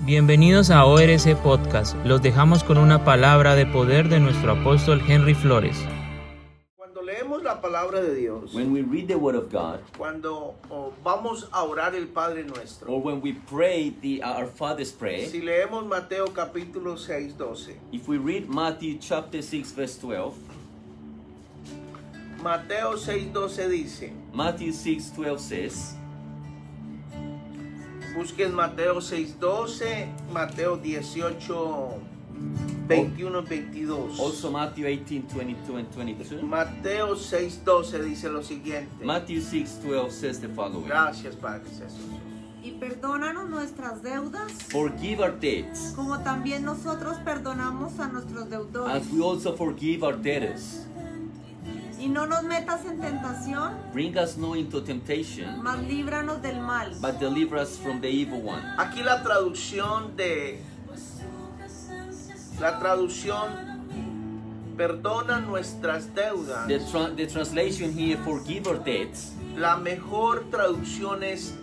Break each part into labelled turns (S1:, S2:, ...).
S1: Bienvenidos a ORC Podcast. Los dejamos con una palabra de poder de nuestro apóstol Henry Flores.
S2: Cuando leemos la palabra de Dios,
S3: When we read the Word of God,
S2: cuando oh, vamos a orar el Padre nuestro,
S3: or when we pray the, uh, our Father's prayer,
S2: si leemos Mateo capítulo 6, 12,
S3: if we read Matthew chapter 6, verse 12,
S2: Mateo 6, 12 dice,
S3: Matthew 6, 12 says,
S2: busquen Mateo 6, 12, Mateo 18, 21, 22.
S3: also Matthew 18, 22 and 22.
S2: Mateo 6, 12 dice lo siguiente.
S3: Matthew 6, 12 says the following
S2: Gracias Padre Jesús.
S4: Y perdónanos nuestras deudas,
S3: Forgive our debts,
S4: como también nosotros perdonamos a nuestros deudores.
S3: as we also forgive our debtors.
S4: Y no nos metas en tentación,
S3: Bring us not into temptation,
S4: mas líbranos del mal.
S3: but deliver us from the evil one.
S2: Aquí la traducción de... La traducción perdona nuestras deudas.
S3: The, tra- the translation here, forgive our debts,
S2: La mejor traducción es,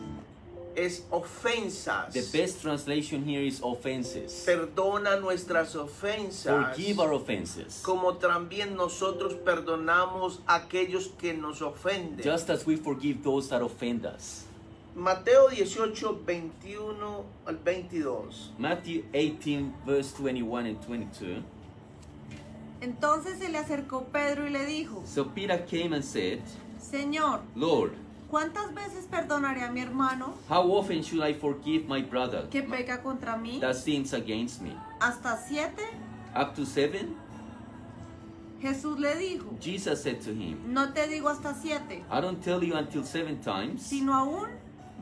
S2: es ofensas.
S3: the best translation here is offenses.
S2: Perdona nuestras ofensas.
S3: Forgive our offenses.
S2: Como también nosotros perdonamos a aquellos que nos ofenden.
S3: just as we forgive those that offend us.
S2: Mateo 18, 21 al 22.
S3: Matthew 18, verse 21 and 22.
S4: Entonces se le acercó Pedro y le dijo,
S3: So Peter came and said,
S4: Señor,
S3: Lord,
S4: ¿cuántas veces perdonaré a mi hermano
S3: how often should I forgive my brother
S4: que peca contra mí?
S3: that sins against me?
S4: ¿Hasta siete?
S3: Up to seven?
S4: Jesús le dijo,
S3: Jesus said to him,
S4: no te digo hasta siete,
S3: I don't tell you until seven times,
S4: sino aún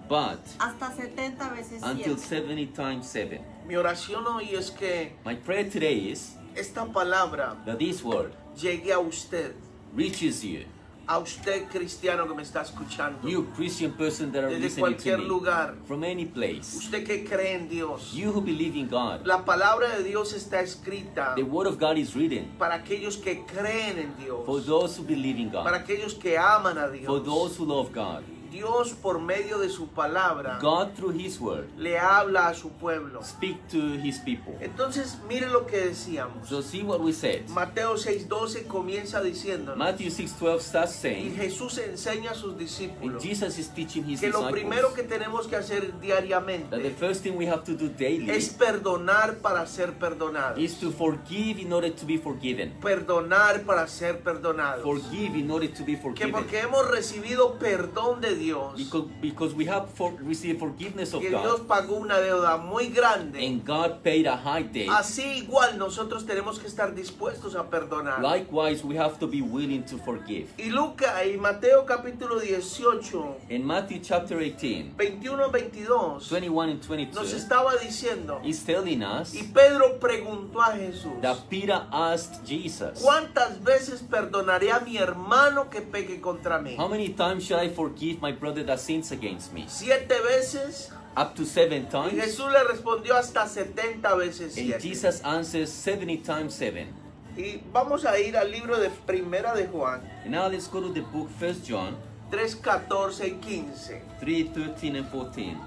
S3: but
S4: hasta setenta veces
S3: until
S4: siete.
S3: 70 times seven.
S2: Mi oración hoy es que
S3: My prayer today is
S2: esta palabra
S3: that this word
S2: llegue a usted,
S3: reaches you,
S2: a usted cristiano que me está escuchando.
S3: you Christian person that are
S2: Desde
S3: listening to
S2: cualquier
S3: me,
S2: lugar.
S3: from any place,
S2: Usted que cree en Dios.
S3: you who believe in God.
S2: La palabra de Dios está escrita
S3: The word of God is written.
S2: para aquellos que creen en
S3: For
S2: Dios,
S3: those who believe in
S2: para
S3: God,
S2: aquellos que aman a
S3: for those
S2: Dios.
S3: who love God,
S2: Dios por medio de su palabra
S3: God through His Word
S2: le habla a su pueblo.
S3: speak to His people.
S2: Entonces, mire lo que decíamos.
S3: So see what we said.
S2: Mateo 6:12 comienza diciéndonos,
S3: Matthew 6:12 starts
S2: y
S3: saying,
S2: Jesús enseña a sus
S3: and
S2: discípulos
S3: Jesus is teaching His
S2: que lo primero
S3: disciples
S2: que tenemos que hacer
S3: that the
S2: diariamente
S3: first thing we have to do daily
S2: es perdonar para ser perdonados.
S3: is to forgive in order to be forgiven.
S2: Perdonar para ser perdonados.
S3: Forgive in order to be
S2: Que
S3: forgiven.
S2: porque hemos recibido perdón de Dios,
S3: Because, because we have for, received forgiveness of
S2: que Dios
S3: God,
S2: pagó una deuda muy grande.
S3: and God paid a high debt.
S2: Así igual nosotros tenemos que estar dispuestos a perdonar.
S3: Likewise, we have to be willing to forgive.
S2: Y Lucas y Mateo capítulo 18,
S3: In Matthew chapter 18,
S2: 21, 22
S3: 21 and 22,
S2: nos estaba diciendo,
S3: is telling us
S2: y Pedro preguntó a Jesús,
S3: that Peter asked Jesus,
S2: ¿cuántas veces perdonaré a mi hermano que peque contra mí?
S3: How many times shall I forgive my brother that sins against me?
S2: ¿Siete veces?
S3: Up to seven
S2: Y
S3: times?
S2: Jesús le respondió hasta 70 veces
S3: And
S2: siete.
S3: Jesus answers 70 times seven.
S2: Y vamos a ir al libro de Primera de Juan,
S3: And now let's go to the book 1 John
S2: 3, 14 y 15.
S3: 3 13 and 14.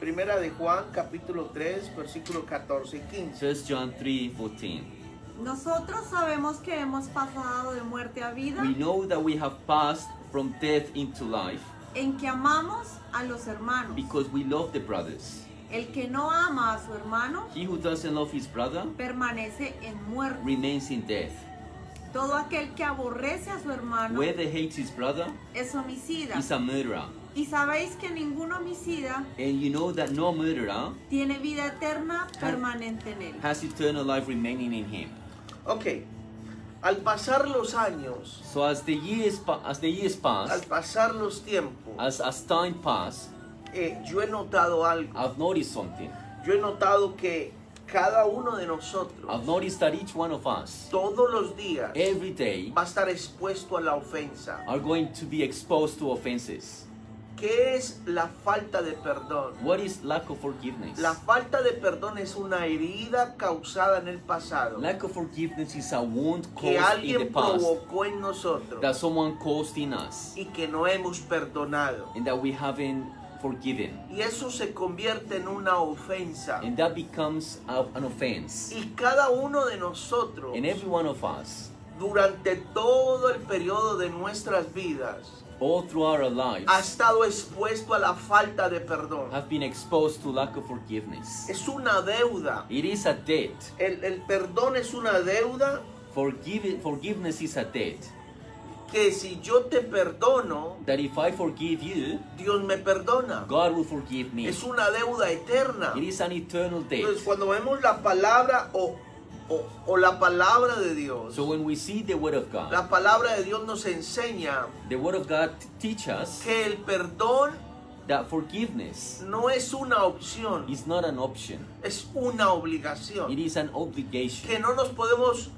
S2: Primera de Juan, capítulo 3, versículo 14 y 15.
S3: 1 John 3 14.
S4: Nosotros sabemos que hemos pasado de muerte a vida
S3: We know that we have passed from death into life
S4: en que amamos a los hermanos.
S3: because we love the brothers.
S4: El que no ama a su hermano
S3: He who doesn't love his brother
S4: permanece en muerte.
S3: remains in death.
S4: Todo aquel que aborrece a su hermano
S3: Whoever hates his brother
S4: es homicida.
S3: is a murderer.
S4: Y sabéis que ningún homicida
S3: And you know that no murderer
S4: tiene vida eterna permanente en él.
S3: has eternal life remaining in him.
S2: Ok, al pasar los años,
S3: So as the years pa- as the years
S2: al
S3: pass,
S2: pasar los tiempos,
S3: as as time pass,
S2: eh, yo he notado algo.
S3: I've noticed something.
S2: Yo he notado que cada uno de nosotros,
S3: I've noticed that each one of us
S2: todos los días,
S3: every day
S2: va a estar expuesto a la ofensa.
S3: are going to be exposed to offenses.
S2: ¿Qué es la falta de perdón?
S3: What is lack of forgiveness?
S2: La falta de perdón es una herida causada en el pasado
S3: Lack of forgiveness is a wound
S2: que
S3: caused in the
S2: alguien
S3: past
S2: provocó en nosotros
S3: that someone caused in us
S2: y que no hemos perdonado.
S3: and that we haven't forgiven.
S2: Y eso se convierte en una ofensa.
S3: And that becomes a- an offense.
S2: Y cada uno de nosotros,
S3: And every one of us,
S2: durante todo el periodo de nuestras vidas,
S3: all throughout our
S2: ha
S3: lives,
S2: estado expuesto a la falta de perdón.
S3: have been exposed to lack of forgiveness.
S2: Es una deuda.
S3: It is a debt.
S2: El, el perdón es una deuda
S3: Forgive, forgiveness is a debt.
S2: que si yo te perdono,
S3: That if I forgive you,
S2: Dios me perdona.
S3: God will forgive me.
S2: Es una deuda eterna.
S3: It is an eternal debt.
S2: Entonces cuando vemos la palabra o, o- o la palabra de Dios,
S3: So when we see the Word of God,
S2: la palabra de Dios nos enseña
S3: the Word of God teaches us
S2: que el perdón
S3: that forgiveness
S2: no es una opción,
S3: is not an option.
S2: es una
S3: It
S2: obligación.
S3: is an obligation
S2: Que no nos podemos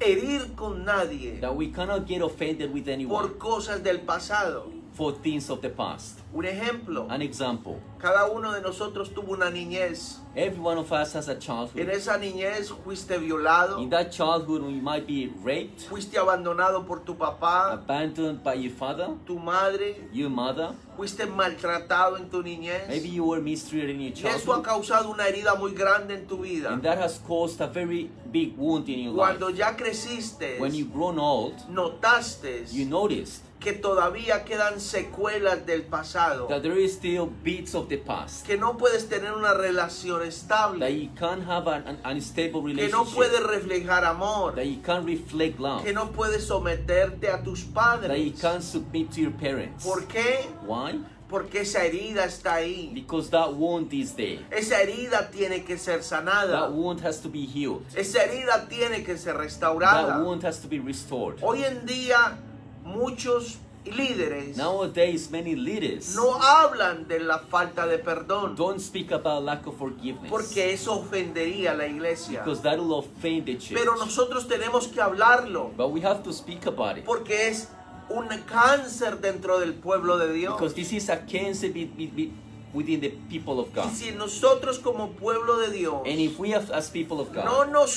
S2: herir con nadie
S3: that we cannot get offended with
S2: por
S3: anyone
S2: cosas del pasado.
S3: for things of the past.
S2: Un ejemplo,
S3: An example:
S2: cada uno de nosotros tuvo una niñez.
S3: every one of us has a
S2: En
S3: childhood.
S2: esa niñez fuiste violado,
S3: In that childhood, we might be raped,
S2: fuiste abandonado por tu papá,
S3: abandoned by your father,
S2: tu madre,
S3: your mother.
S2: fuiste maltratado en tu niñez.
S3: Maybe you were mistreated in your
S2: Y eso ha
S3: childhood,
S2: causado una herida muy grande en tu vida.
S3: and that has caused a very big wound in your life.
S2: Cuando ya creciste,
S3: When you've grown old,
S2: notaste
S3: you noticed
S2: que todavía quedan secuelas del pasado,
S3: that there is still bits of the past
S2: que no puedes tener una relación
S3: that
S2: estable,
S3: you can't have an, an unstable
S2: que no puedes
S3: relationship
S2: reflejar amor,
S3: that you can't reflect love
S2: que no puedes someterte a tus
S3: that you
S2: padres.
S3: can't submit to your parents
S2: ¿Por qué?
S3: why
S2: Porque esa herida está ahí.
S3: because that wound is there
S2: Esa herida tiene que ser sanada.
S3: that wound has to be healed
S2: Esa herida tiene que ser
S3: that
S2: restaurada.
S3: wound has to be restored
S2: Hoy en día muchos líderes
S3: nowadays many leaders
S2: no hablan de la falta de perdón
S3: don't speak about lack of forgiveness
S2: porque eso ofendería a la iglesia.
S3: because that will offend the church
S2: Pero nosotros tenemos que hablarlo
S3: but we have to speak about it
S2: porque es un cáncer dentro del pueblo de
S3: because
S2: Dios.
S3: this is a cancer be- be- be- within the people of
S2: Y
S3: God
S2: si nosotros como pueblo de Dios
S3: and if we have, as people of God
S2: no nos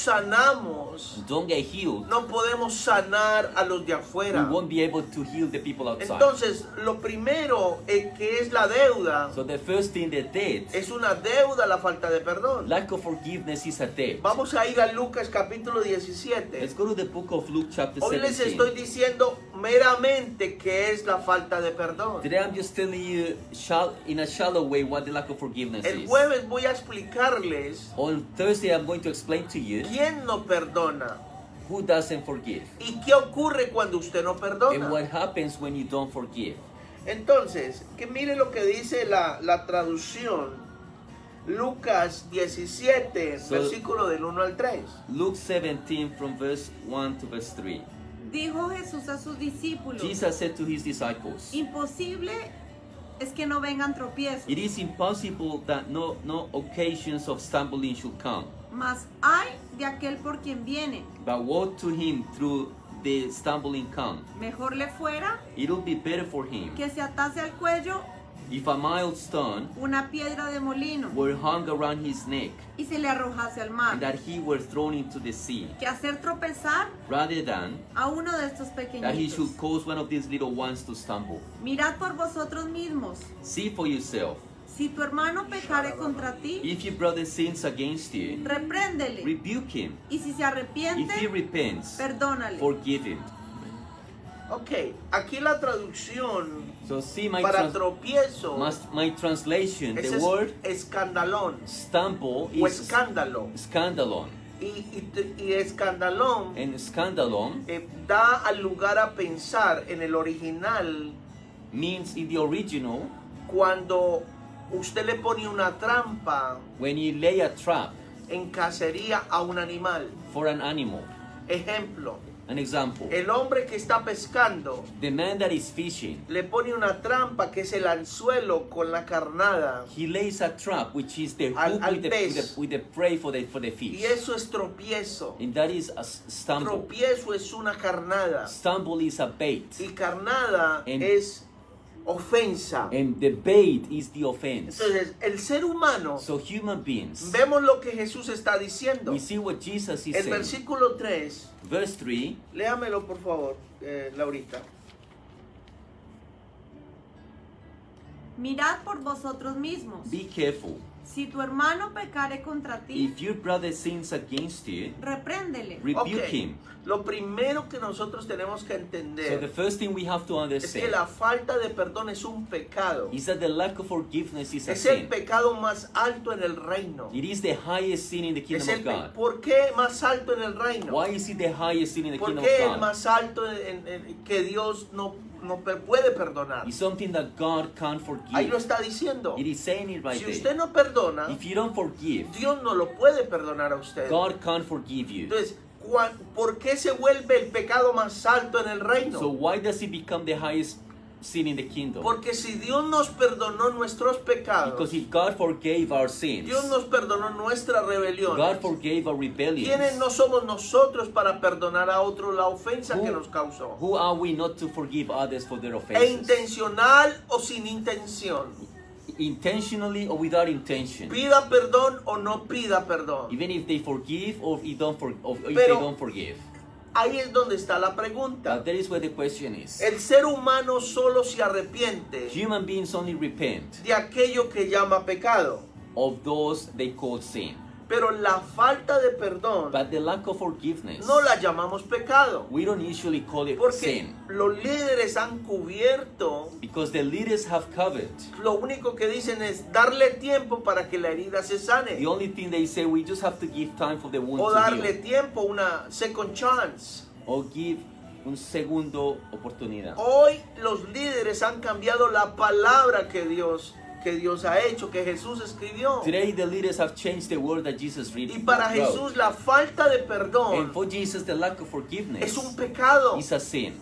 S2: sanamos,
S3: don't get healed,
S2: no podemos sanar a los de afuera.
S3: we won't be able to heal the people outside.
S2: Entonces, lo primero eh, que es la deuda,
S3: so the first thing they did,
S2: es una deuda la falta de perdón.
S3: lack of forgiveness is a debt.
S2: Vamos a ir a Lucas capítulo
S3: Let's
S2: 17.
S3: go to the book of Luke chapter
S2: Hoy les
S3: 17.
S2: estoy diciendo meramente que es la falta de perdón.
S3: Today I'm just telling you shall, in a shallow way what the lack of forgiveness
S2: El
S3: is.
S2: jueves voy a explicarles
S3: On Thursday I'm going to explain to you
S2: quién no perdona
S3: who doesn't forgive
S2: y qué ocurre cuando usted no
S3: and what
S2: perdona.
S3: happens when you don't forgive.
S2: Entonces, que mire lo que dice la, la traducción. Lucas 17,
S3: So-
S2: versículo del 1 al 3.
S3: Luke 17 from verse 1 to verse 3.
S4: Dijo Jesús a sus discípulos,
S3: Jesus said to his disciples,
S4: imposible es que no vengan tropiezos,
S3: It is impossible that no, no occasions of stumbling should come.
S4: mas hay de aquel por quien viene.
S3: But woe to him through the stumbling come.
S4: Mejor le fuera
S3: It'll be better for him
S4: que se atase al cuello
S3: if a milestone
S4: una piedra de molino
S3: were hung around his neck
S4: y se le arrojase al
S3: and
S4: mar,
S3: that he were thrown into the sea,
S4: que hacer tropezar
S3: rather than
S4: a uno de estos
S3: that he
S4: pequeñitos.
S3: should cause one of these little ones to stumble.
S4: Mirad por vosotros mismos,
S3: See for yourself.
S4: si tu hermano pecare contra ti,
S3: If your brother sins against you,
S4: repréndele,
S3: rebuke him.
S4: y si
S3: If
S4: se
S3: he
S4: arrepiente,
S3: repents,
S4: perdónale.
S3: forgive him.
S2: Ok, aquí la traducción
S3: So see my
S2: para
S3: trans-
S2: tropiezo
S3: must- my translation.
S2: es
S3: The
S2: es-
S3: word
S2: escandalón
S3: stumble
S2: o
S3: is
S2: escándalo.
S3: scandalon,
S2: Y, y te- y escandalón
S3: and scandalon
S2: eh, da al lugar a pensar en el original
S3: means in the original
S2: cuando usted le pone una trampa
S3: when you lay a trap
S2: en cacería a un animal.
S3: for an animal.
S2: Ejemplo,
S3: An example.
S2: el hombre que está pescando
S3: The man that is fishing,
S2: le pone una trampa que es el anzuelo con la carnada.
S3: he lays a trap which is the
S2: Al-
S3: hook
S2: al
S3: with, the,
S2: pez.
S3: with, the, with the prey for the for the fish.
S2: Y eso es tropiezo.
S3: And that is a s- stumble.
S2: Tropiezo es una carnada.
S3: Stumble is a bait.
S2: Y carnada
S3: En-
S2: es ofensa.
S3: And debate is the offense.
S2: Entonces, el ser humano,
S3: So human beings,
S2: vemos lo que Jesús está diciendo.
S3: we see what Jesus is
S2: El
S3: saying.
S2: versículo 3,
S3: Verse 3,
S2: léamelo por favor, eh, Laurita.
S4: Mirad por vosotros mismos.
S3: be careful.
S4: Si tu hermano pecare contra ti,
S3: If your brother sins against you,
S4: repréndele.
S3: rebuke
S2: Ok,
S3: him.
S2: Lo primero que nosotros tenemos que
S3: So the
S2: entender
S3: first thing we have to
S2: es que
S3: understand
S2: la falta de perdón es un pecado.
S3: is that the lack of forgiveness is a
S2: Es el
S3: sin.
S2: pecado más alto en el reino.
S3: It is the highest sin in the
S2: Es
S3: kingdom
S2: el
S3: of
S2: pe-
S3: God.
S2: ¿Por qué más alto en el reino?
S3: Why is it the highest sin in the
S2: ¿Por
S3: kingdom
S2: qué el
S3: of God?
S2: más alto en- en- en- que Dios no, no per- puede perdonar?
S3: It's something that God can't
S2: Ahí lo
S3: forgive.
S2: está diciendo.
S3: It is saying it right
S2: Si usted
S3: there.
S2: no perdona,
S3: If you don't forgive,
S2: Dios no lo puede perdonar a usted.
S3: God can't forgive you.
S2: Entonces, ¿cuán- ¿por qué se vuelve el pecado más alto en el reino?
S3: So why does it become the highest sin in the kingdom?
S2: Porque si Dios nos perdonó nuestros pecados,
S3: Because if God forgave our sins,
S2: Dios nos perdonó nuestra rebelión.
S3: God forgave our
S2: ¿Quiénes
S3: rebellions,
S2: no somos nosotros para perdonar a otro la ofensa
S3: Who-
S2: que nos causó?
S3: who are we not to forgive others for their
S2: E
S3: offenses?
S2: intencional o sin intención.
S3: Intentionally or without intention.
S2: Pida perdón o no pida perdón.
S3: Even if they forgive or if, they don't for, or if they
S2: Pero-
S3: don't forgive.
S2: Ahí es donde está la pregunta.
S3: But that is where the question is.
S2: El ser humano solo se arrepiente
S3: Human beings only repent
S2: de aquello que llama pecado.
S3: of those they call sin.
S2: Pero la falta de perdón
S3: But the lack of forgiveness,
S2: no la llamamos pecado.
S3: we don't usually call it
S2: Porque
S3: sin.
S2: los líderes han cubierto.
S3: Because the leaders have covered.
S2: Lo único que dicen es darle tiempo para que la herida se
S3: The
S2: sane.
S3: only thing they say, we just have to give time for the wound
S2: O
S3: to
S2: darle
S3: heal.
S2: tiempo, una second chance.
S3: Or give un segundo oportunidad.
S2: Hoy los líderes han cambiado la palabra que Dios, que Dios ha hecho, que Jesús escribió.
S3: Today the leaders have changed the word that Jesus read.
S2: Y para
S3: wrote.
S2: Jesús la falta de
S3: and
S2: perdón
S3: for Jesus the lack of forgiveness
S2: es un pecado.
S3: is a sin.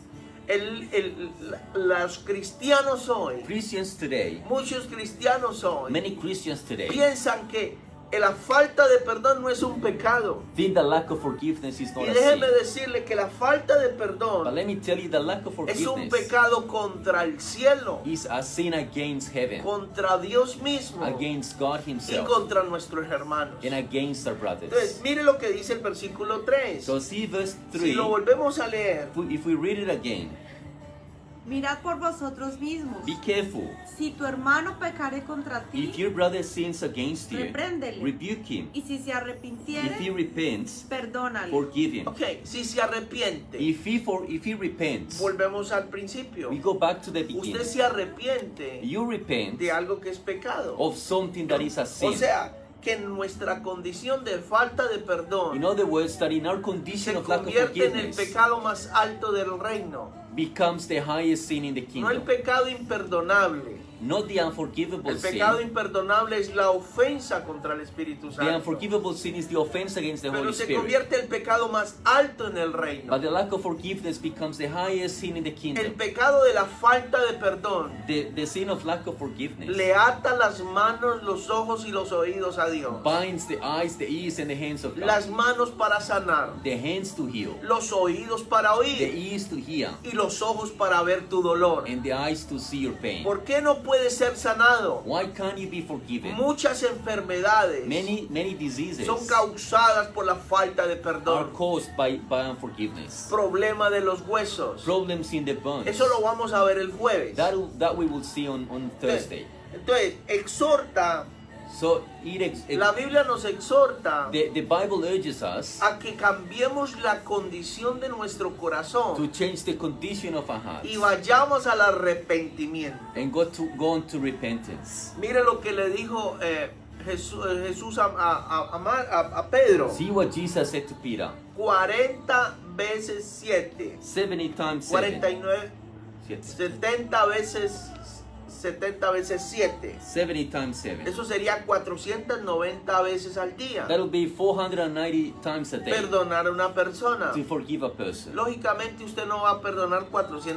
S2: El- el- la- los cristianos hoy,
S3: Christians today,
S2: muchos cristianos hoy,
S3: many Christians today,
S2: piensan que la falta de perdón no es un pecado.
S3: think the lack of forgiveness is
S2: Y
S3: not a sin.
S2: déjeme decirle que la falta de
S3: But
S2: perdón
S3: let me tell you, the lack of
S2: es un
S3: forgiveness
S2: pecado contra el cielo,
S3: is a sin against heaven,
S2: contra Dios mismo
S3: against God
S2: y
S3: Himself,
S2: contra nuestros hermanos.
S3: and against our
S2: Entonces,
S3: brothers.
S2: mire lo que dice el versículo 3.
S3: So see verse
S2: Si
S3: 3,
S2: lo volvemos a leer,
S3: if we- if we read it again,
S4: Mirad por vosotros mismos.
S3: be careful.
S4: Si tu hermano pecare contra
S3: If
S4: ti,
S3: your brother sins against you,
S4: Repréndele.
S3: rebuke him.
S4: y si se
S3: If he
S4: arrepintiere,
S3: repents,
S4: perdónale.
S3: forgive him.
S2: ok, si se arrepiente,
S3: If he for if he repents,
S2: volvemos al principio.
S3: we go back to the beginning.
S2: Usted se arrepiente
S3: You repent
S2: de algo que es pecado.
S3: of something that is a
S2: O
S3: sin.
S2: sea, que nuestra condición de falta de
S3: In
S2: perdón
S3: other words, that in our condition
S2: se
S3: of lack of
S2: convierte en el
S3: forgiveness
S2: pecado más alto del reino.
S3: becomes the highest sin in the
S2: No el
S3: kingdom.
S2: pecado imperdonable.
S3: Not the unforgivable
S2: El
S3: sin.
S2: pecado imperdonable es la ofensa contra el Espíritu
S3: The
S2: Santo.
S3: unforgivable sin is the offense against the
S2: Pero
S3: Holy
S2: se
S3: Spirit.
S2: convierte el pecado más alto en el reino.
S3: But the lack of forgiveness becomes the highest sin in the
S2: El
S3: kingdom.
S2: pecado de la falta de perdón
S3: The, the sin of lack of forgiveness
S2: le ata las manos, los ojos y los oídos a Dios.
S3: binds the eyes, the ears, and the hands of
S2: Las
S3: God.
S2: manos para sanar,
S3: The hands to heal,
S2: los oídos para
S3: the
S2: oír
S3: ears to hear,
S2: y los ojos para ver tu dolor.
S3: and the eyes to see your pain.
S2: ¿Por qué no puedes ser sanado?
S3: Why can't you be forgiven?
S2: Muchas enfermedades
S3: Many, many diseases
S2: son causadas por la falta de
S3: are
S2: perdón.
S3: caused by, by unforgiveness.
S2: Problema de los huesos.
S3: Problems in the bones.
S2: Eso lo vamos a ver el jueves.
S3: That, that we will see on, on Thursday.
S2: Entonces, exhorta,
S3: So it ex- ex-
S2: la Ah, Biblia nos exhorta
S3: the, the Bible urges us
S2: a que cambiemos la condición de nuestro
S3: to
S2: corazón
S3: change the condition of our hearts
S2: y vayamos al arrepentimiento.
S3: and go to go on to repentance.
S2: Mire lo que le dijo eh, Jesús, eh, Jesús a, a- a- a Mar- a- a Pedro.
S3: See what Jesus said to Peter.
S2: 40 veces 7.
S3: 70 times 7.
S2: 49,
S3: Siete.
S2: 70 veces 70 veces 7.
S3: 70 times 7.
S2: Eso sería 490 veces al día.
S3: That'll be 490 times a day
S2: Perdonar a una persona.
S3: to forgive a person.
S2: Lógicamente usted no va a perdonar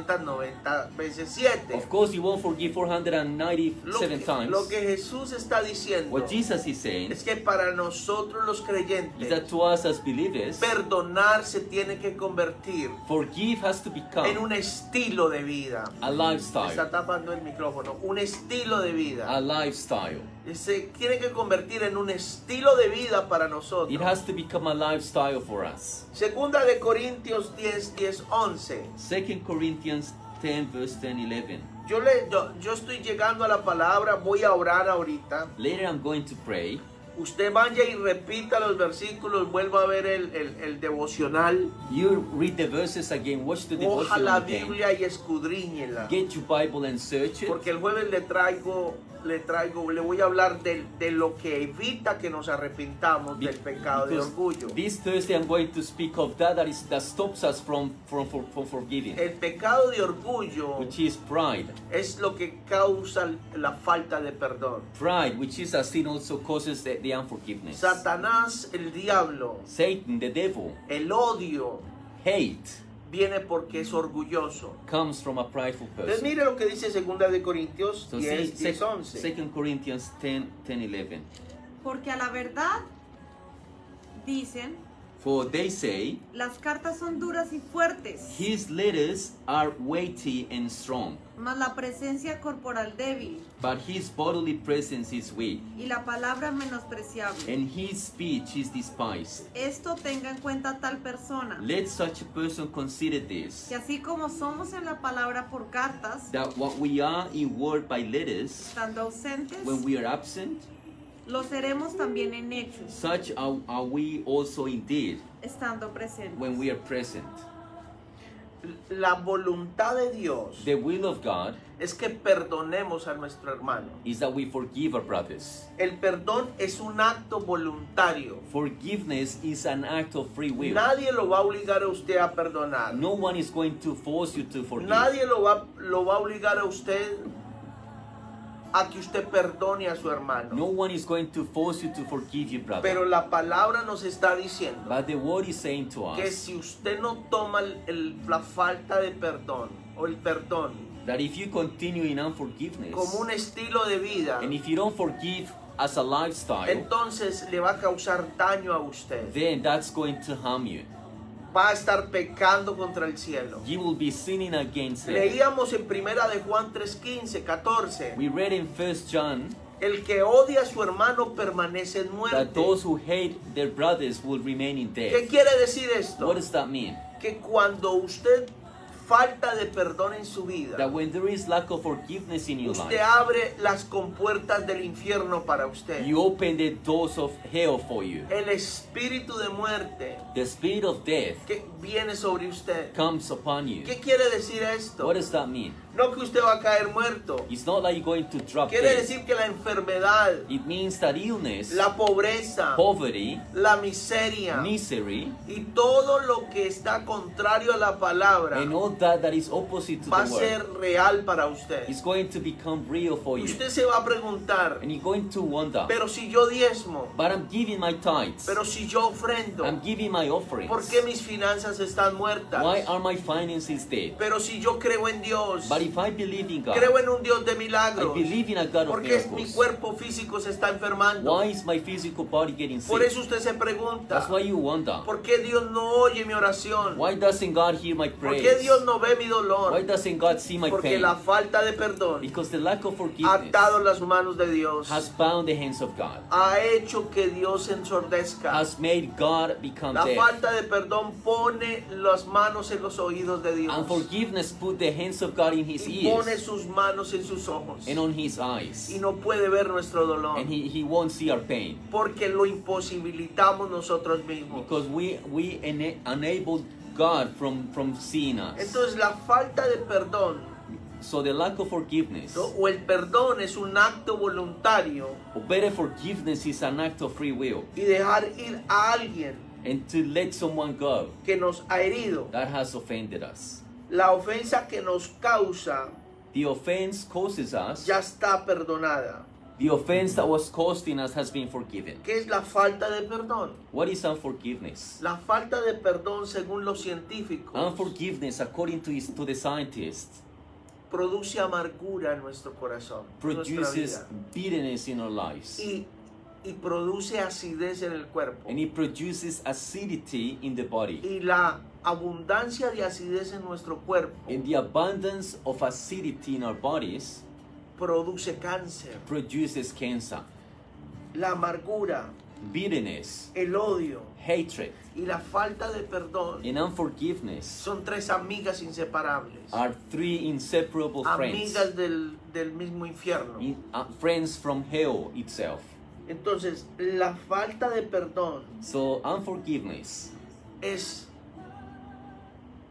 S2: 490 veces 7.
S3: Of course, you won't forgive 497
S2: Lo que,
S3: times.
S2: lo que Jesús está diciendo
S3: What Jesus is saying
S2: es que para nosotros los
S3: is that
S2: creyentes,
S3: to us as believers,
S2: perdonar se tiene que convertir
S3: forgive has to
S2: en
S3: become
S2: un estilo de vida.
S3: a
S2: Me Está
S3: lifestyle.
S2: tapando el micrófono. Un estilo de
S3: A
S2: vida.
S3: lifestyle.
S2: Se tiene que convertir en un estilo de vida para
S3: It
S2: nosotros.
S3: has to become a lifestyle for us.
S2: Segunda de Corintios 10, 10, 11.
S3: 2 Corinthians 10, verse 10, 11.
S2: Yo, le, yo, yo estoy llegando a la palabra, voy a orar ahorita.
S3: Later, I'm going to pray.
S2: Usted vaya y repita los versículos, vuelva a ver el, el- el devocional.
S3: You read the verses again, watch the
S2: Coja
S3: devotion
S2: la
S3: again.
S2: Biblia y escudriñela.
S3: Get your Bible and search it.
S2: Porque el jueves le traigo, le traigo, le voy a hablar de, de lo que evita que nos arrepintamos
S3: Be-
S2: del pecado de
S3: because
S2: orgullo.
S3: This Thursday, I'm going to speak of that that, is, that stops us from, from, from, from forgiving,
S2: El pecado de orgullo
S3: which is pride.
S2: es lo que causa la falta de perdón.
S3: Pride, which is a sin, also causes the, the unforgiveness.
S2: Satanás, el diablo,
S3: Satan, the devil,
S2: el odio
S3: hate
S2: viene porque es orgulloso.
S3: comes from a prideful
S2: Entonces
S3: person.
S2: mire lo que dice 2 de Corintios
S3: So,
S2: 10, 10, 11.
S3: 2 Corinthians 10, 10, 11.
S4: Porque a la verdad dicen,
S3: For they say,
S4: las cartas son duras y fuertes,
S3: His letters are weighty and strong,
S4: mas la presencia corporal débil
S3: but his bodily presence is weak,
S4: y la palabra menospreciable.
S3: and his speech is despised.
S4: Esto tenga en cuenta tal persona,
S3: Let such a person consider this.
S4: que así como somos en la palabra por cartas,
S3: that what we are in word by letters,
S4: estando ausentes,
S3: when we are absent,
S4: lo seremos también en hechos,
S3: such are, are we also indeed
S4: estando presentes.
S3: when we are present.
S2: La voluntad de Dios
S3: The will of God
S2: es que perdonemos a nuestro hermano.
S3: is that we forgive our brothers.
S2: El perdón es un acto voluntario.
S3: Forgiveness is an act of free will.
S2: Nadie lo va a obligar a usted a perdonar.
S3: No one is going to force you to forgive.
S2: Nadie lo va, lo va a obligar a usted a que usted perdone a su hermano.
S3: No one is going to force you to forgive your brother.
S2: Pero la palabra nos está diciendo
S3: but the word is saying to us
S2: que si usted no toma el- el- la falta de perdón o el perdón
S3: that if you continue in unforgiveness
S2: como un estilo de vida,
S3: and if you don't forgive as a lifestyle,
S2: entonces le va a causar daño a usted.
S3: then that's going to harm you.
S2: Va a estar pecando contra el cielo.
S3: You will be sinning against them.
S2: Leíamos en primera de Juan 3:15, 14.
S3: We read in First John
S2: El que odia a su hermano permanece en
S3: that
S2: muerte.
S3: those who hate their brothers will remain in
S2: ¿Qué
S3: death.
S2: quiere decir esto?
S3: What does that mean?
S2: Que cuando usted falta de perdón en su vida,
S3: That when there is lack of forgiveness in your
S2: usted
S3: life,
S2: abre las compuertas del infierno para usted.
S3: you open the doors of hell for you.
S2: El espíritu de muerte
S3: The spirit of death
S2: que viene sobre usted.
S3: comes upon you.
S2: ¿Qué quiere decir esto?
S3: What does that mean?
S2: No que usted va a caer muerto.
S3: It's not like you're going to drop
S2: Quiere
S3: dead.
S2: decir que la enfermedad,
S3: It means that illness,
S2: la pobreza,
S3: poverty,
S2: la miseria,
S3: misery,
S2: y todo lo que está contrario a la palabra
S3: and all that that is opposite to
S2: va a
S3: the
S2: ser
S3: word
S2: real para usted.
S3: is going to become real for you.
S2: Usted se va a preguntar,
S3: And you're going to wonder,
S2: pero si yo diezmo,
S3: but I'm giving my tithes.
S2: pero si yo ofrendo,
S3: I'm giving my offerings.
S2: ¿por qué mis finanzas están muertas?
S3: Why are my finances dead?
S2: Pero si yo creo en Dios,
S3: But if I believe in God,
S2: creo en un Dios de
S3: I
S2: milagros,
S3: believe in a God of
S2: porque mi
S3: miracles.
S2: cuerpo físico se está enfermando.
S3: Why is my physical body getting
S2: Por
S3: sick?
S2: eso usted se pregunta,
S3: That's why you wonder.
S2: ¿por qué Dios no oye mi oración?
S3: Why doesn't God hear my
S2: ¿Por qué
S3: prayers?
S2: Dios no ve mi
S3: Why
S2: dolor?
S3: doesn't God see my
S2: Porque
S3: pain?
S2: la falta de perdón
S3: Because the lack of
S2: ha
S3: forgiveness
S2: atado las manos de Dios.
S3: has bound the hands of God,
S2: ha hecho que Dios ensordezca.
S3: has made God become
S2: La
S3: deaf.
S2: falta de perdón pone las manos en los oídos de Dios
S3: And forgiveness put the hands of God in his
S2: y pone
S3: ears
S2: sus manos en sus ojos
S3: and on his
S2: y
S3: eyes.
S2: no puede ver nuestro dolor
S3: And he, he won't see our pain.
S2: porque lo imposibilitamos nosotros mismos.
S3: Because we, we ena- enabled God from, from seeing us.
S2: Entonces la falta de perdón
S3: So the lack of forgiveness,
S2: ¿no? o el perdón es un acto voluntario
S3: or better forgiveness, is an act of free will,
S2: y dejar ir a alguien
S3: and to let someone go
S2: que nos ha herido.
S3: that has offended us.
S2: La ofensa que nos causa
S3: The offense causes us,
S2: ya está perdonada.
S3: the offense that was costing us has been forgiven.
S2: ¿Qué es la falta de perdón?
S3: What is unforgiveness?
S2: La falta de perdón, según los
S3: Ah,
S2: científicos,
S3: Unforgiveness, according to, his- to the scientists,
S2: produce amargura en nuestro corazón, en nuestra
S3: produces
S2: vida,
S3: bitterness in our lives.
S2: y, y produce acidez en el cuerpo.
S3: And it produces acidity in the body.
S2: Y la abundancia de acidez en nuestro cuerpo
S3: And the abundance of acidity in our bodies
S2: produce cáncer,
S3: produces cancer,
S2: la amargura,
S3: bitterness,
S2: el odio
S3: hatred,
S2: y la falta de perdón.
S3: and unforgiveness
S2: Son tres amigas inseparables,
S3: are three inseparable friends.
S2: amigas del, del mismo infierno.
S3: In- uh, friends from hell itself.
S2: Entonces, la falta de perdón
S3: So unforgiveness,
S2: es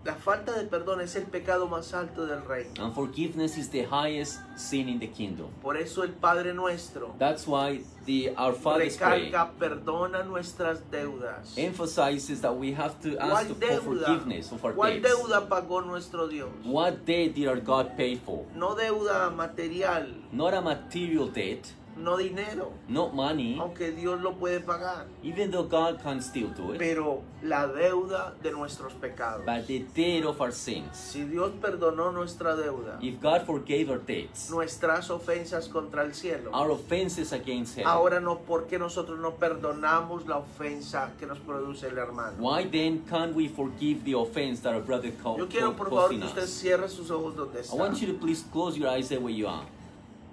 S2: la falta de perdón es el pecado más alto del reino.
S3: unforgiveness is the highest sin in the kingdom.
S2: Por eso el Padre nuestro
S3: That's why the Our Father's prayer
S2: recarga perdona nuestras deudas.
S3: emphasizes that we have to ask
S2: ¿Cuál
S3: for
S2: deuda?
S3: forgiveness of our
S2: ¿Cuál
S3: debts.
S2: deuda pagó nuestro Dios?
S3: What debt did our God pay for?
S2: No deuda material,
S3: Not a material debt,
S2: no dinero,
S3: not money,
S2: aunque Dios lo puede pagar,
S3: even though God can still do it,
S2: pero la deuda de nuestros pecados.
S3: Pues- but the debt of our sins.
S2: Si Dios perdonó nuestra deuda,
S3: If God forgave our debts,
S2: nuestras ofensas contra el cielo,
S3: our offenses against Him,
S2: Ahora no, porque nosotros no perdonamos la ofensa que nos produce el hermano?
S3: Why then can't we forgive the offense that our brother co-
S2: Yo quiero
S3: co-
S2: por favor
S3: causing
S2: que usted
S3: us?
S2: cierre sus ojos donde
S3: I want you
S2: está.
S3: to please close your eyes there where you are.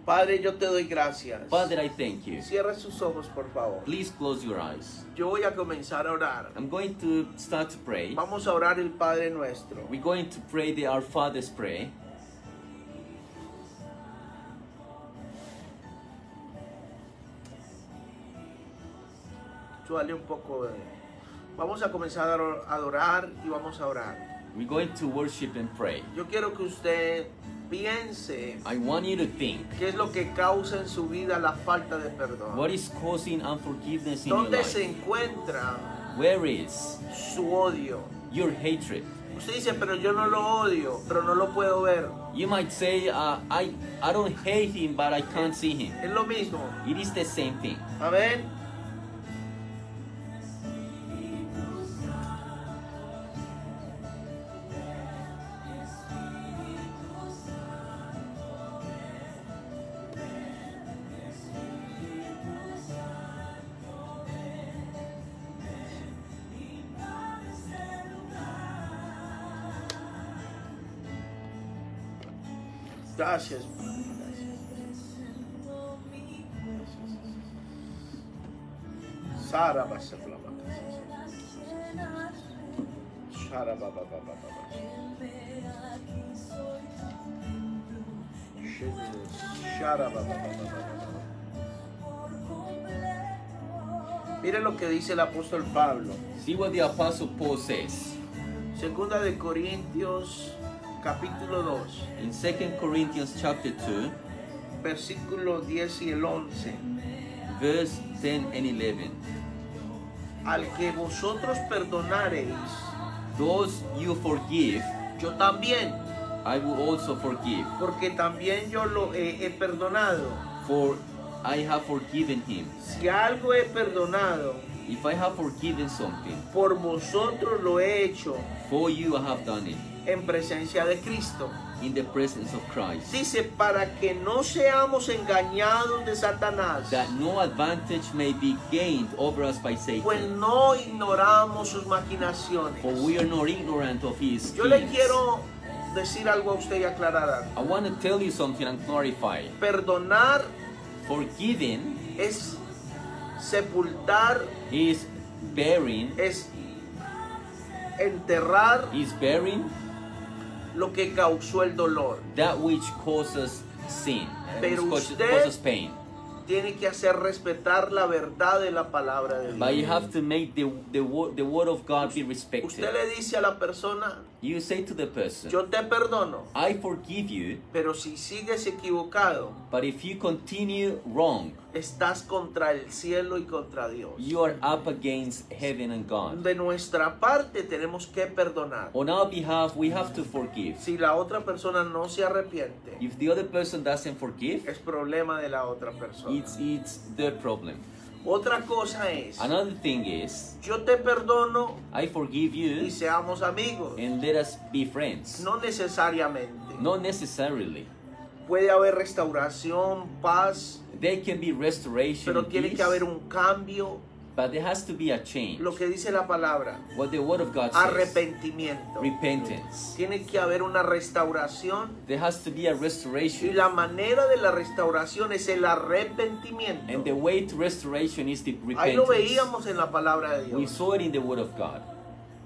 S2: Padre, yo te doy gracias.
S3: Father, I thank you.
S2: Cierra sus ojos, por favor.
S3: Please close your eyes.
S2: Yo voy a comenzar a orar.
S3: I'm going to start to pray.
S2: Vamos a orar el Padre nuestro.
S3: We're going to pray the Our Father's Prayer.
S2: Chúale un poco de... Vamos a comenzar a or- a adorar y vamos a orar.
S3: We're going to worship and pray.
S2: Yo quiero que usted piense
S3: I want you to think
S2: qué es lo que causa en su vida la falta de perdón.
S3: what is causing unforgiveness in your
S2: ¿Dónde se
S3: life?
S2: encuentra
S3: Where is
S2: su odio?
S3: your hatred?
S2: Usted dice, pero yo no lo odio, pero no lo puedo ver.
S3: You might say, uh, I, I don't hate him, but I can't see him.
S2: Es lo mismo.
S3: It is the same thing.
S2: Amén. Gracias. Sara Basaklama. Sara Baba Baba Baba. Sara Baba Baba Baba. Mire lo que dice el apóstol Pablo.
S3: See what the Apostle Paul says
S2: Segunda de Corintios capítulo 2,
S3: in 2 Corinthians chapter 2,
S2: versículos 10 y el 11.
S3: verse 10 and 11.
S2: Al que vosotros perdonareis,
S3: Those you forgive,
S2: yo también,
S3: I will also forgive,
S2: porque también yo lo he- he perdonado.
S3: for I have forgiven him.
S2: Si algo he perdonado,
S3: If I have forgiven something,
S2: por vosotros lo he hecho
S3: for you I have done it,
S2: en presencia de Cristo.
S3: in the presence of Christ.
S2: Dice, para que no seamos engañados de Satanás,
S3: that no advantage may be gained over us by
S2: pues
S3: Satan,
S2: no ignoramos sus
S3: for
S2: maquinaciones.
S3: we are not ignorant of his
S2: Yo le
S3: schemes.
S2: quiero decir algo a usted y aclarar algo.
S3: I want to tell you something and clarify.
S2: Perdonar
S3: Forgiving
S2: es sepultar,
S3: is bearing,
S2: es enterrar
S3: is bearing
S2: lo que causó el dolor.
S3: that which causes sin, which
S2: Pero
S3: causes,
S2: usted-
S3: causes pain.
S2: Tiene que hacer respetar la verdad de la palabra de Dios.
S3: But you have to make the, the, wo- the word of God be respected.
S2: Usted le dice a la persona,
S3: You say to the person,
S2: yo te perdono,
S3: I forgive you,
S2: pero si sigues equivocado,
S3: but if you continue wrong,
S2: estás contra el cielo y contra Dios.
S3: you are up against heaven and God.
S2: De nuestra parte tenemos que perdonar.
S3: On our behalf, we have to forgive.
S2: Si la otra persona no se arrepiente,
S3: If the other person doesn't forgive,
S2: es problema de la otra persona.
S3: it's, it's their problem.
S2: Otra cosa es,
S3: Another thing is,
S2: yo te perdono
S3: I forgive
S2: y
S3: you
S2: seamos amigos.
S3: and let us be friends.
S2: No necesariamente.
S3: Not necessarily.
S2: Puede haber restauración, paz,
S3: There can be restoration,
S2: pero
S3: and
S2: tiene
S3: peace,
S2: que haber un cambio.
S3: but there has to be a change.
S2: Lo que dice la palabra,
S3: What the Word of God says.
S2: arrepentimiento.
S3: Repentance.
S2: Tiene que haber una restauración
S3: There has to be a
S2: y
S3: restoration.
S2: la manera de la restauración es el
S3: And the
S2: arrepentimiento.
S3: way to restoration is the
S2: Ahí lo
S3: repentance.
S2: veíamos en la palabra de
S3: We
S2: Dios.
S3: saw it in the Word of God.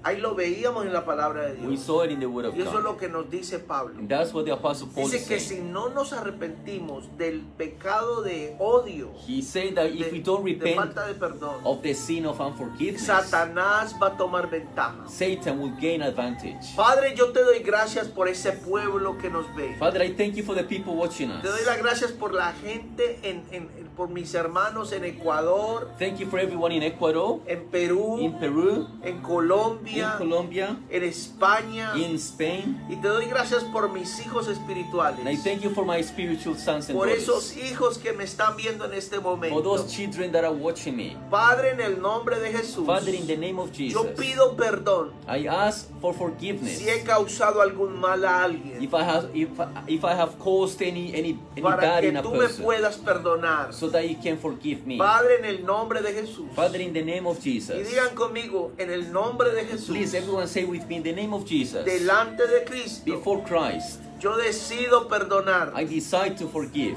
S2: Ahí lo veíamos en la palabra de
S3: We
S2: Dios.
S3: saw it in the Word of
S2: Y eso es lo
S3: God.
S2: que nos dice Pablo.
S3: And that's what the Apostle Paul
S2: Dice
S3: is
S2: que si
S3: saying.
S2: no nos arrepentimos del pecado de odio,
S3: He said that
S2: de,
S3: if we don't
S2: de
S3: repent
S2: falta de perdón,
S3: of the sin of unforgiveness,
S2: Satanás va a tomar ventaja.
S3: Satan will gain advantage.
S2: Padre, yo te doy gracias por ese pueblo que nos ve.
S3: Father, I thank you for the people watching
S2: Te doy las
S3: us.
S2: gracias por la gente, en, en- en- por mis hermanos en Ecuador,
S3: Thank you for everyone in Ecuador,
S2: en Perú,
S3: in Peru,
S2: en
S3: in
S2: Colombia,
S3: Colombia,
S2: en España.
S3: in Spain.
S2: y te doy gracias por mis hijos
S3: And I
S2: espirituales.
S3: thank you for my spiritual sons and
S2: por esos
S3: daughters,
S2: hijos que me están viendo en este
S3: for
S2: momento.
S3: those children that are watching me.
S2: Padre, en el nombre de Jesús,
S3: Father, in the name of
S2: yo
S3: Jesus,
S2: pido perdón
S3: I ask for forgiveness.
S2: si he causado algún mal a alguien
S3: If I have if I, if I have caused any any any
S2: para
S3: bad
S2: que
S3: in a
S2: tú me
S3: person,
S2: puedas perdonar.
S3: so that you can forgive me.
S2: Padre, en el nombre de Jesús.
S3: Father, in the name of
S2: Y
S3: Jesus.
S2: digan conmigo, en el nombre de Jesús,
S3: Please, everyone, say with me, in the name of Jesus.
S2: delante de Cristo,
S3: Before Christ,
S2: yo decido perdonar
S3: I decide to forgive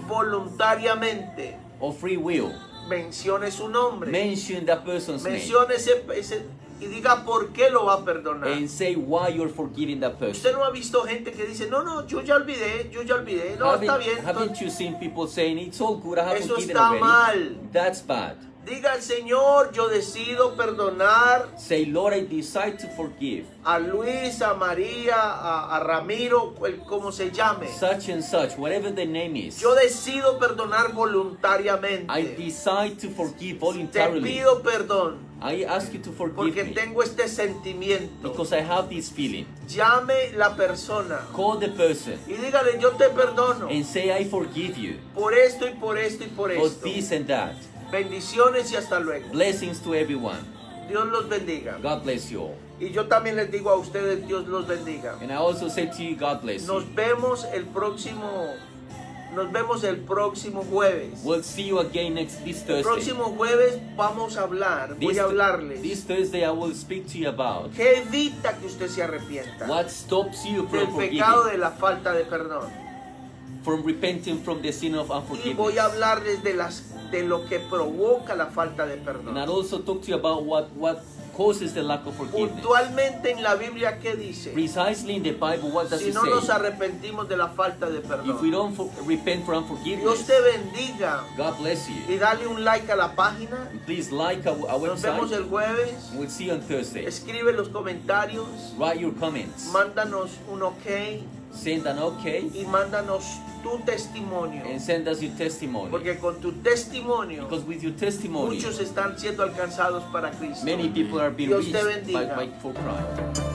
S2: voluntariamente.
S3: of free will.
S2: Mencione su nombre.
S3: Mention that person's name
S2: Mencione ese, ese- y diga por qué lo va a perdonar.
S3: and say why you're forgiving that person.
S2: Usted no ha visto gente que dice, no, no, yo ya olvidé, yo ya olvidé, no, está
S3: Haven't,
S2: bien.
S3: haven't you seen people saying it's all good? I have
S2: Eso
S3: forgiven
S2: está
S3: already.
S2: mal.
S3: That's bad.
S2: Diga al Señor, yo decido perdonar
S3: Say, Lord, I decide to forgive
S2: a Luis, a María, a, a Ramiro, el, como se llame.
S3: such and such, whatever the name is.
S2: Yo decido perdonar
S3: I
S2: voluntariamente.
S3: decide to forgive
S2: Te
S3: voluntarily.
S2: pido perdón
S3: I ask you to forgive
S2: porque
S3: me
S2: tengo este sentimiento.
S3: because I have this feeling.
S2: Llame la persona
S3: Call the person
S2: y dígale, yo te perdono
S3: and say, I forgive you
S2: por esto y por esto y por
S3: for
S2: esto.
S3: this and that.
S2: Bendiciones y hasta luego.
S3: Blessings to everyone.
S2: Dios los bendiga.
S3: God bless you all.
S2: Y yo también les digo a ustedes, Dios los bendiga.
S3: And I also say to you, God bless you.
S2: Nos vemos el próximo, nos vemos el próximo jueves.
S3: We'll see you again next this
S2: El
S3: Thursday.
S2: próximo jueves vamos a hablar, voy
S3: This-
S2: a hablarles.
S3: This Thursday I will speak to you about
S2: ¿Qué evita que usted se arrepienta
S3: what stops you
S2: del
S3: from
S2: pecado
S3: forgiving,
S2: de la falta de perdón?
S3: from repenting from the sin
S2: Y
S3: of
S2: voy
S3: unforgiveness.
S2: a hablarles de las de lo que provoca la falta de
S3: And I'll
S2: perdón.
S3: also talk to you about what, what causes the lack of forgiveness.
S2: Puntualmente en la Biblia qué dice?
S3: Precisely in the Bible, what does
S2: Si
S3: it
S2: no nos
S3: say?
S2: arrepentimos de la falta de
S3: If we
S2: perdón.
S3: don't for, repent for
S2: Dios
S3: unforgiveness,
S2: te bendiga
S3: God bless
S2: y
S3: you.
S2: dale un like a la página.
S3: Please like our, our
S2: Nos vemos el
S3: website.
S2: jueves.
S3: We'll see you on Thursday.
S2: Escribe los comentarios,
S3: Write your comments.
S2: mándanos un ok
S3: Send an okay
S2: y mándanos tu testimonio.
S3: and send us your testimony.
S2: Porque con tu testimonio
S3: Because with your testimony,
S2: muchos están siendo alcanzados para Cristo.
S3: many people are being
S2: Dios te
S3: reached by,
S2: bendiga.
S3: by, for Christ.